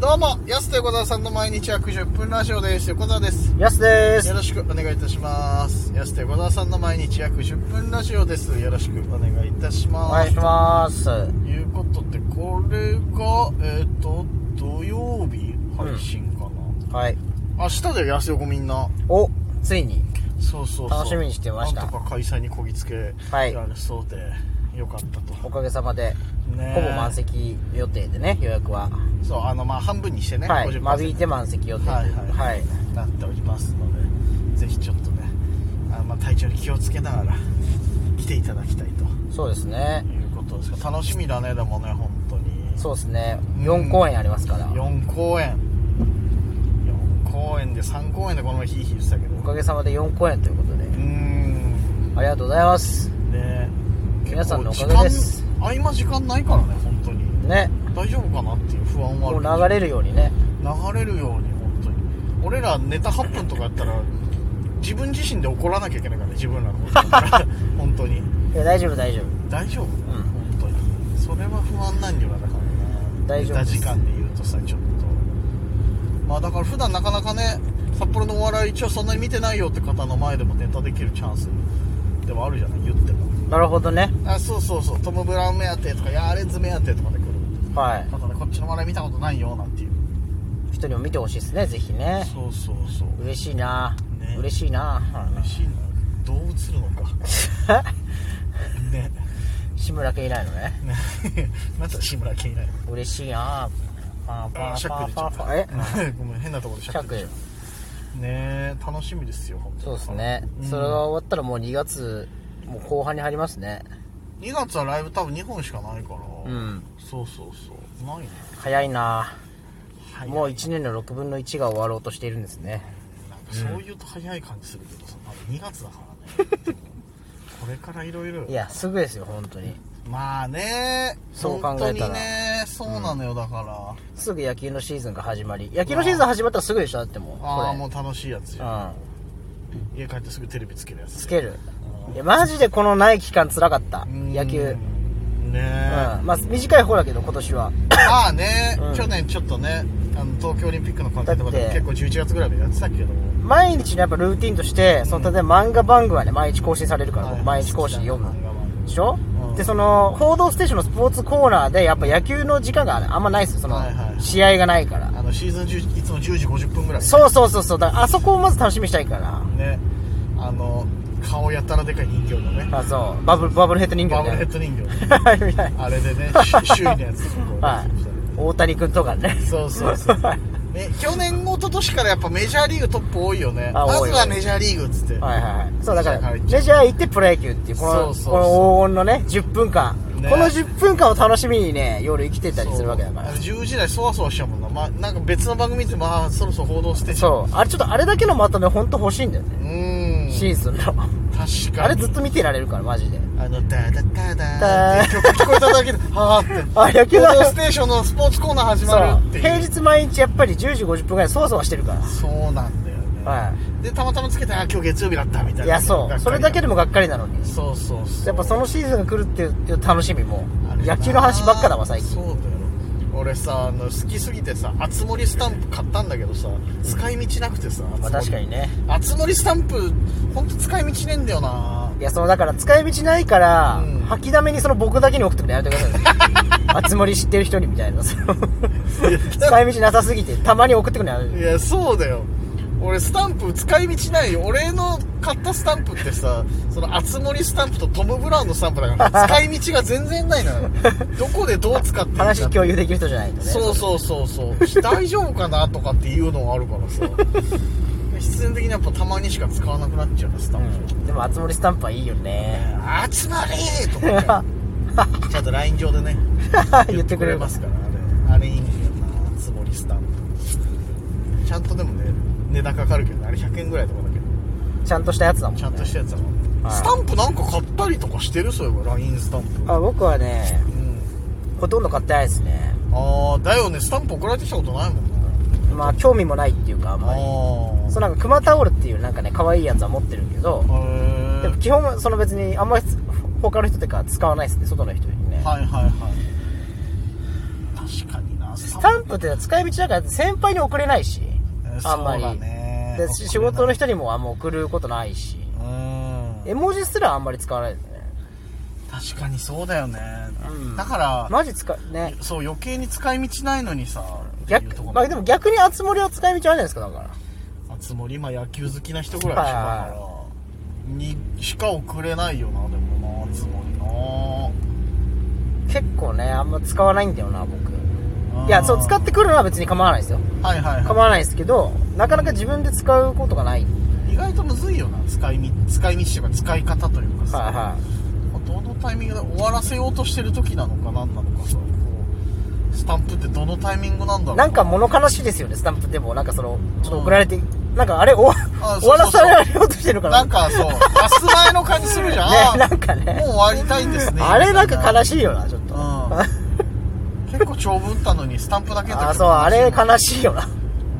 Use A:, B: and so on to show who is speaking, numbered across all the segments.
A: どうも、やすと横澤さんの毎日約10分ラジオです。横澤です。
B: やすです
A: よろしくお願いいたします。やすと横澤さんの毎日約10分ラジオです。よろしくお願いいたし
B: お
A: ます。
B: 願いしますは
A: ということで、これが、えっ、と、土曜日配信かな。
B: い
A: 明日だよ、やす横みんな。
B: おついに
A: そうそうそう。
B: 楽しみにしてました
A: なんとか開催にこぎつけ
B: はい
A: られそうで、よかったと。
B: おかげさまで
A: ね
B: ほぼ満。席予定でね予約は、
A: そう、あの、まあ、半分にしてね、
B: はい
A: 50%
B: 間引いて満席予定で
A: は
B: はいい、
A: はいなっておりますのでぜひちょっとねあ、まあ、体調に気をつけながら来ていただきたいと
B: そうですね
A: いうことですが楽しみだねでもね本当に
B: そうですね
A: うん
B: 4公演ありますから、
A: 4公演4公演で3公演でこの前ヒーヒー言ってたけど
B: おかげさまで4公演ということで
A: うーん
B: ありがとうございます
A: ね
B: 皆さんのお
A: 結
B: か
A: 構
B: げです
A: 時間合間時間ないからね本当に
B: ね
A: 大丈夫かなっていう不安は
B: もう
A: あ
B: 流れるようにね
A: る流れるように本当に俺らネタ8分とかやったら自分自身で怒らなきゃいけないからね自分らのことだから 本当に
B: いや大丈夫大丈夫
A: 大丈夫、
B: ん
A: 本当にそれは不安なんよなだからな
B: 大丈夫です
A: 寝た時間で言うとさちょっとまあだから普段なかなかね札幌のお笑い一応そんなに見てないよって方の前でもネタできるチャンスではあるじゃない言っても
B: なるほどね
A: あそうそうそうトム・ブラウン目当てとかヤーレンズ目当てとかで来る
B: はい
A: 方でこっちのお笑い見たことないよなんていう
B: 人にも見てほしいですねぜひね
A: そうそうそう
B: 嬉しいな、
A: ね
B: 嬉しいな
A: 嬉しいなどう映るのか ね
B: 志村けんいないのね
A: ねなんか志村けんいない
B: 嬉しいなパンパ
A: あ
B: ン
A: シャ
B: パ
A: ック
B: ン
A: 出ち
B: パ
A: ゃ
B: ン
A: っ
B: パ
A: た
B: ンえ
A: ごめん変なところでシャック
B: 100
A: 出ちゃ
B: 円
A: ったねえ楽しみですよ本当
B: そうですね、
A: うん
B: それが終わったらもう2月もう後半に入りますね
A: 2月はライブ多分2本しかないから
B: うん
A: そうそうそうないね
B: 早いな
A: 早い
B: もう1年の6分の1が終わろうとしているんですね
A: なんかそういうと早い感じするけどさまだ2月だからねで もこれからいろいろ
B: いやすぐですよ本当に
A: まあね
B: そう考
A: 本当
B: えたら
A: にねそうなのよだから
B: すぐ野球のシーズンが始まり野球のシーズン始まったらすぐでしょだってもう
A: ああも
B: こ
A: う楽しいやつ
B: れ
A: よ
B: うん
A: 家帰ってすぐテレビつけるやつ
B: つけるいやマジでこのない期間つらかっ
A: う
B: た
A: ん
B: 野球う
A: ね
B: ん
A: え
B: まあ短い方だけど今年は
A: まあね、
B: うん
A: 去年ちょっとねあの東京オリンピックの関係とかで
B: だって
A: 結構11月ぐらいまでやってたけど
B: 毎日のやっぱルーティンとしてその例えば漫画番組はね毎日更新されるから、
A: はい
B: 毎日更新読むでしょ、
A: うん
B: でその「報道ステーション」のスポーツコーナーでやっぱ野球の時間があんまないですよその、
A: はいはい
B: 試合がないから、
A: あのシーズン10いつも10時50分ぐらい
B: そうそうそうそうだからあそこをまず楽しみにしたいから
A: ねあの顔やたらでかい人形のね
B: あそうバブルバブルヘッド人形
A: バ
B: み
A: ブ
B: た
A: ルヘ
B: い
A: ッド人形
B: なみたいな
A: あれでねし周囲のやつとかを
B: はい 大谷君と かね
A: そうそうそうね、去年一昨年からやっぱメジャーリーグトップ多いよね
B: あ
A: ま
B: 多い
A: ず
B: よね
A: はメジャーリーグっつって、
B: はいはいはいそうだか
A: メジャー
B: ら
A: 入っちゃ
B: メジャー行ってプロ野球っていうこの
A: そうそうそう
B: この黄金のね10分間、
A: ね
B: この10分間を楽しみにね夜生きてたりするわけだから
A: そうあの10時台そわそわしちゃうもんな、まあ、なんか別の番組見てまあそろそろ報道してう
B: そうあれちょっとあれだけのまとめ本当欲しいんだよね
A: うーん
B: シーズンの
A: 確か
B: あ
A: に
B: れずっと見てられるからマジで
A: あの、ダダダダーっていう曲聞こえただけで、はーって。
B: あ野 球
A: 報道
B: だ
A: ステーションのスポーツコーナー始
B: そ
A: ま
B: う
A: るっていう。
B: 平日毎日やっぱり10時50分ぐらいそわそわしてるか
A: そうなんだよね。
B: らは
A: で、たまたまつけて、あ、今日月曜日だったみたいな。
B: いいやそうそれだけ
A: で。
B: でもがっかりなのに
A: そうそうそう。
B: やっぱそのシーズンが来るっていう楽しみも
A: あれだ
B: 野
A: な
B: 球の話ばっかだわ最近
A: そうだよ。俺さ、あの、好きすぎてさ、熱盛スタンプ買ったんだけどさ、使い道なくてさ、
B: まあ確かにね
A: 熱盛スタンプ、ほんと使い道ねえんだよない
B: やそのだから使い道ないから、
A: うん
B: 吐きだめにその僕だけに送ってくれやめてくだ さい熱盛知ってる人にみたいなその使い道なさすぎてたまに送ってくるのやめて
A: いやそうだよ俺スタンプ使い道ないよ俺の買ったスタンプってさその熱盛スタンプとトム・ブラウンのスタンプだから 使い道が全然ないのよどこでどう使っていいか
B: 話共有できる人じゃないとね
A: そうそうそうそう大丈夫かなとかっていうのがあるからさ必然的にやっぱたまにしか使わなくなっちゃうなスタン
B: う
A: プ、
B: ん、でも熱盛スタンプはいいよね
A: 熱盛とか言 ってちゃんと LINE 上でね
B: 言ってくれる
A: ますからあれあれいいんだよな熱盛スタンプちゃんとでもね値段かかるけどねあれ100円ぐらいとかだけど
B: ちゃんとしたやつだもん、ね、
A: ちゃんとしたやつだもん、
B: はい
A: スタンプなんか買ったりとかしてるそういえば LINE スタンプ
B: あ僕はね
A: うん
B: ほとんど買ってないですね
A: ああだよねスタンプ送られてきたことないもんな
B: まあ興味もないっていうかあんまり
A: あ
B: そうなんか熊タオルっていうなんかね可愛いやつは持ってるけど
A: あへ
B: で
A: え
B: も基本その別にあんまり他の人とか使わないですね外の人にね
A: はいはいはい確かになス
B: スタンプって使い道だから先輩に送れないし、あんまり。
A: そうだね
B: で
A: 送れない
B: 仕事の人にもあんま送ることないし、
A: うん
B: 絵文字すらあんまり使わないですね。
A: 確かにそうだよね、
B: うん
A: だから、
B: マジ使う、ね。
A: そう余計に使い道ないのにさっていうと
B: 逆、
A: ころ
B: まあでも逆に熱盛は使い道あるじゃないですか、だから。
A: あつ森今野球好きな人ぐらいしかだから、にしか送れないよなでもなつ森な
B: 結構ね、あんま使わないんだよな、僕。
A: うん
B: いや、そう、使ってくるのは別に構わないですよ。
A: はいはい、
B: 構わないですけど、なかなか自分で使うことがない。
A: 意外とむずいよな使いみ使い道というか使い方というかさ、
B: はいは
A: まあどのタイミングで終わらせようとしてる時なのか何なのかさこうスタンプってどのタイミングなんだろ
B: い。
A: う
B: なんか物悲しいですよね、スタンプでも。なんかその、ちょっと送られて、なんかあれ、終わ
A: あ
B: 終わら
A: そうそうそう
B: されようとしてるか
A: な
B: ら。
A: ん
B: ね、
A: かそう明日前の感じするじゃんあー
B: なんかね
A: もう。終わりたいんですね
B: あれなんか悲
A: しい
B: しいよな、ちょっと。
A: なうん結構長文打ったのにスタンプだけだった
B: あ、そう、あれ悲しいよ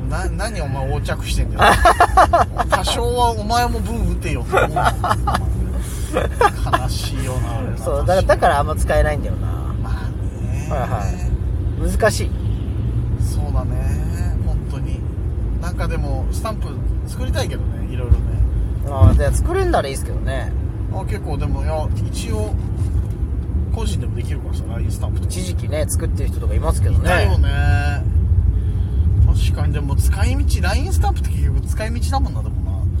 B: な。
A: な何お前横着してんだよ 多少はお前もブー打てよって思う悲しいよな俺
B: そう、だから、だからあんま使えないんだよな。
A: まあね、
B: はいは難しい。
A: そうだね本当になんかでもスタンプ作りたいけどねいろいろね
B: あーで作れんならいいですけどね。
A: あ結構でもいや一応個人でもできるからさ LINE スタンプとか
B: 一時期ね、作ってる人とかいますけど
A: だよ
B: ね。
A: ね確かにでも使い道 LINE スタンプって結局使い道だもんなでも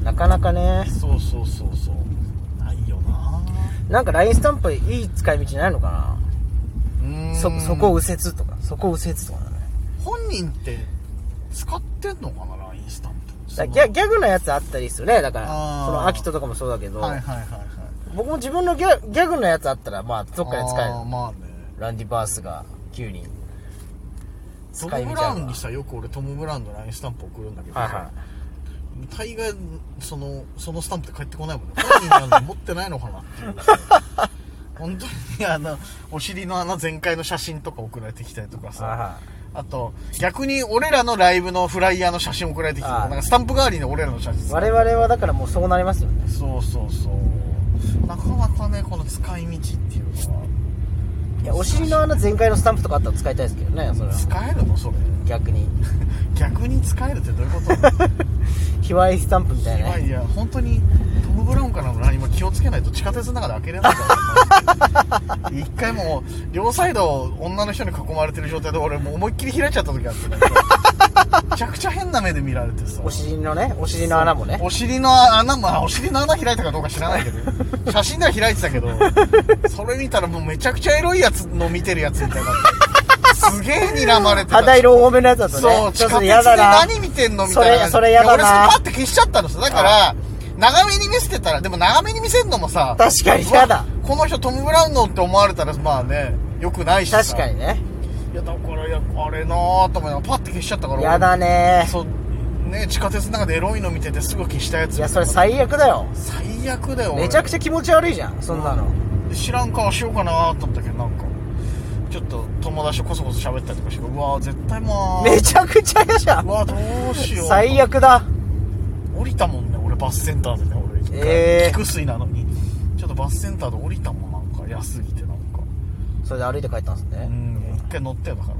B: なかなかね
A: な。そうそうそうそうないよな
B: なんか LINE スタンプいい使い道ないのかな
A: うーん
B: そ、そこを右折とか、そこを右折とかだね。
A: 本人って使ってんのかな LINE スタンプ
B: だギャギャグのやつあったりっするね。だから、
A: あー
B: その、アキトとかもそうだけど、
A: はいはいはいはい
B: 僕も自分のギャギャグのやつあったら、まあ、ど
A: ど
B: っかで使え
A: あー
B: る。
A: まあね
B: ランディバースが急に。
A: ト
B: 使い道ある
A: ム・
B: な
A: ブラウンにさよく俺トム・ブラウンの LINE スタンプ送るんだけどさ、
B: はいは
A: 大概そのそのスタンプって返ってこないもんね本人なんか持ってないのかなっていうさ本当にあのお尻の穴全開の写真とか送られてきたりとか
B: い。はいは
A: さあと逆に俺らのライブのフライヤーの写真送られてきて
B: あ
A: な
B: ー
A: んかスタンプ代わりに俺らの写真
B: い我々はだからもうそうなりますよね。
A: そうそうそうなかなかねこの使い道っていうのはい
B: や、お尻の穴全開のスタンプとかあったら使いたいですけどね、それは。
A: 使えるのそれ
B: 逆に。
A: 逆に使えるってどういうこと
B: 卑猥スタンプみたいな
A: 今
B: ね。
A: いや本当にトム・ブラウンからのラインも気をつけないと地下鉄の中で開けれない からね一回もう両サイドを女の人に囲まれてる状態で俺もう思いっきり開いちゃった時あってめちゃくちゃ変な目で見られてさ
B: お尻のね、お尻の穴もね。
A: お尻の穴もあお尻の穴開いたかどうか知らないけど写真では開いてたけどそれ見たらもうめちゃくちゃエロいやつの見てるやつみたいになってすげえ睨まれてた
B: 肌色多めのやつだとね。
A: そう、
B: ち
A: 地
B: ょっ
A: 下鉄
B: と
A: で
B: 嫌だな。
A: 何見てんのみたいな感じ。
B: それそれやだな
A: 俺それパッて消しちゃったのさ。だから、長めに見せてたら、でも長めに見せんのもさ、
B: 確かに嫌だ
A: うわ。この人トム・ブラウンのって思われたら、まあね、よくないしさ。
B: 確か。にね。
A: いや、だから、いや、あれなぁと思いながら、パッて消しちゃったから。
B: 嫌だね
A: 俺。そう、ね、地下鉄の中でエロいの見ててすぐ消したやつ。
B: いや、それ最悪だよ。
A: 最悪だよ、
B: めちゃく
A: ち
B: ちゃ気持ち悪いじゃん、そんなの。
A: ゃ。知らん顔しようかなぁと思ったけど、なんか、ちょっと友達とこそこそ喋ったりとかして、うわぁ、絶対まあ、
B: めちゃくちゃ嫌じゃ。
A: うんわぁ、どうしよう。
B: 最悪だ。
A: 降りたもんね俺バスセンターでね俺一回、
B: えー
A: 菊水なのにちょっとバスセンターで降りたもんなんか安すぎてなんか
B: それで歩いて帰ったんです
A: う
B: ね。
A: ん一回乗ったよだか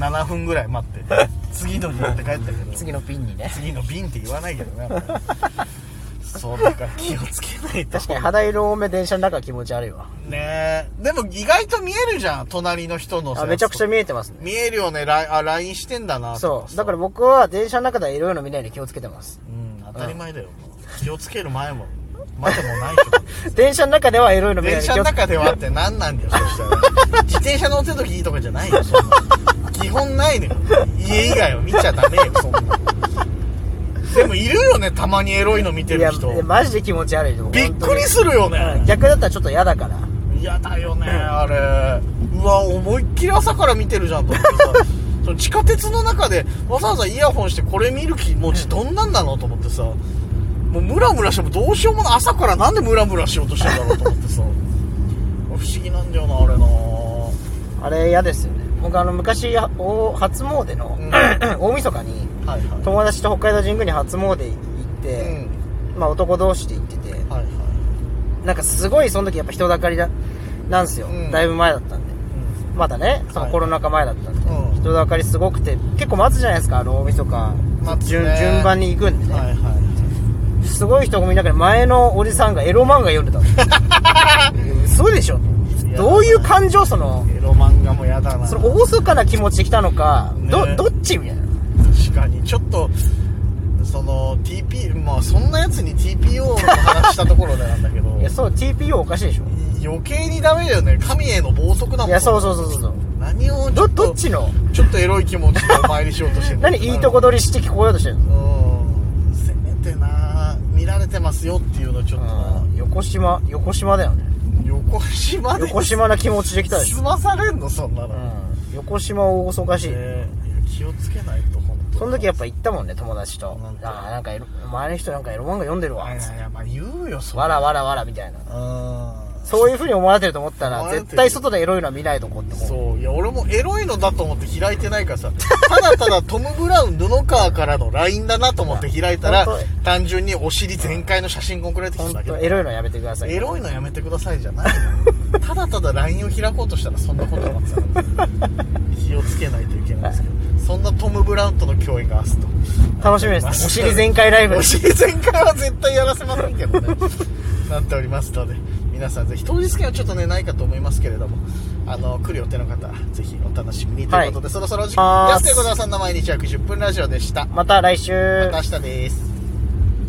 A: ら 7分ぐらい待って次のに乗って帰ったけど
B: 次のピンにね。
A: 次の瓶って言わないけどね俺そうだから気をつけないと
B: 確かに肌色多め電車の中は気持ち悪いわ。
A: ねえでも意外と見えるじゃん隣の人の
B: あ、めちゃくちゃ
A: 見
B: 見えてますね。
A: 見えるよねラインあ LINE してんだなと
B: そ
A: か
B: う。
A: さ
B: だから僕は電車の中ではいろいろ見ないように気をつけてます。
A: うん当たり前だよ、気をつける前もまでもないけど
B: 電車の中ではいろいろ見ない
A: 電
B: ように
A: 車
B: 気
A: の中
B: をつけ
A: ではって何なんだよ、そしたら。自転車乗ってる時とかじゃないよ、そんな。基本ないのよ。家以外は見ちゃダメよ、そんな。でもいるよね、たまにエロいの見て
B: てい
A: る
B: や、
A: 人。
B: マジで気持ち悪い。
A: びっくりするよね。
B: 逆だったらちょっと嫌だから。
A: 嫌だよね、あれ。うわ、思いっきり朝から見てるじゃんと思ってさ。そ の地下鉄の中でわざわざイヤホンしてこれ見る気持ちどんなんなのと思ってさ。もうムラムラしてもどうしようもない。朝からなんでムラムラしようとしてんだろうと思ってさ。不思議なんだよな、あれな。
B: あれ嫌ですよね。僕あの昔、お初詣の、
A: うん
B: 大晦日に、
A: はいはい。
B: 友達と北海道神宮に初詣行って、
A: うん。
B: まあ男同士で行ってて、
A: はいはい。
B: なんかすごいその時やっぱ人だかりだ、なんですよ、
A: うん
B: だいぶ前だったんで。まだね、そのコロナ禍前だったんで、
A: うん
B: 人人だかりすごくて結構待つじゃないですかあの大晦日
A: 待つね
B: 順順番に行くんでね、
A: はいは
B: すごい人混みの中で前のおじさんがエロ漫画読んでた の嘘でしょ
A: や
B: どういう感情その
A: いエロ漫画もやだな
B: その厳かな気持ちで来たのか、
A: ね
B: どどっちみたいな
A: 確かにちょっとその TP まあそんなやつに TPO の話したところでなんだけど
B: いやそう TPO おかしいでしょ
A: 余計にダメだよね神への冒涜だもん
B: いやそうそうそうそうそう
A: 何をちょ
B: ど
A: っと
B: どっちの
A: ちょっとエロい気持ちでお参りしようとしてる
B: 何いいとこ取りして聞こえ ようとしてるの
A: うんせめてな見られてますよっていうのちょっとな
B: うん横島横島だよね
A: 横島で
B: 横島な気持ちで来たでしょ
A: 済、まされんのそんなの、
B: う
A: ね
B: ん、横島大そかしい、
A: えいや気をつけないと本当
B: その時やっぱ行ったもんね友達と
A: なんか
B: ああなんかエロ周りの人なんかエロ漫画読んでるわ
A: い
B: つっ
A: や
B: て
A: いやまあ言うよそ
B: わ
A: ら
B: らわらわらみたいな
A: うん
B: そういうふうに思われてると思った
A: 思
B: ら
A: われてる
B: 絶対外でエロいのは見ないとこって思う
A: そういや俺もエロいのだと思って開いてないからさただただトム・ブラウン布川からの LINE だなと思って開いたら
B: 本
A: 単純にお尻全開の写真が送られてきた
B: 本
A: だけ
B: 当
A: だ
B: エロいのやめてください
A: エロいのやめてくださいじゃないただただ LINE を開こうとしたらそんなことになってたから気をつけないといけないですけどそんなトム・ブラウンとの共演が明日と
B: 楽しみですねお尻全開ライブ
A: お尻全開は絶対やらせませんけどね なっておりますので皆さんぜひ当日券はちょっとねないかと思いますけれどもあの来る予定の方ぜひお楽しみにということで、そろそろお時間
B: は
A: や
B: い
A: すということでそんな毎日約10分ラジオでしたま
B: また来週
A: た明日です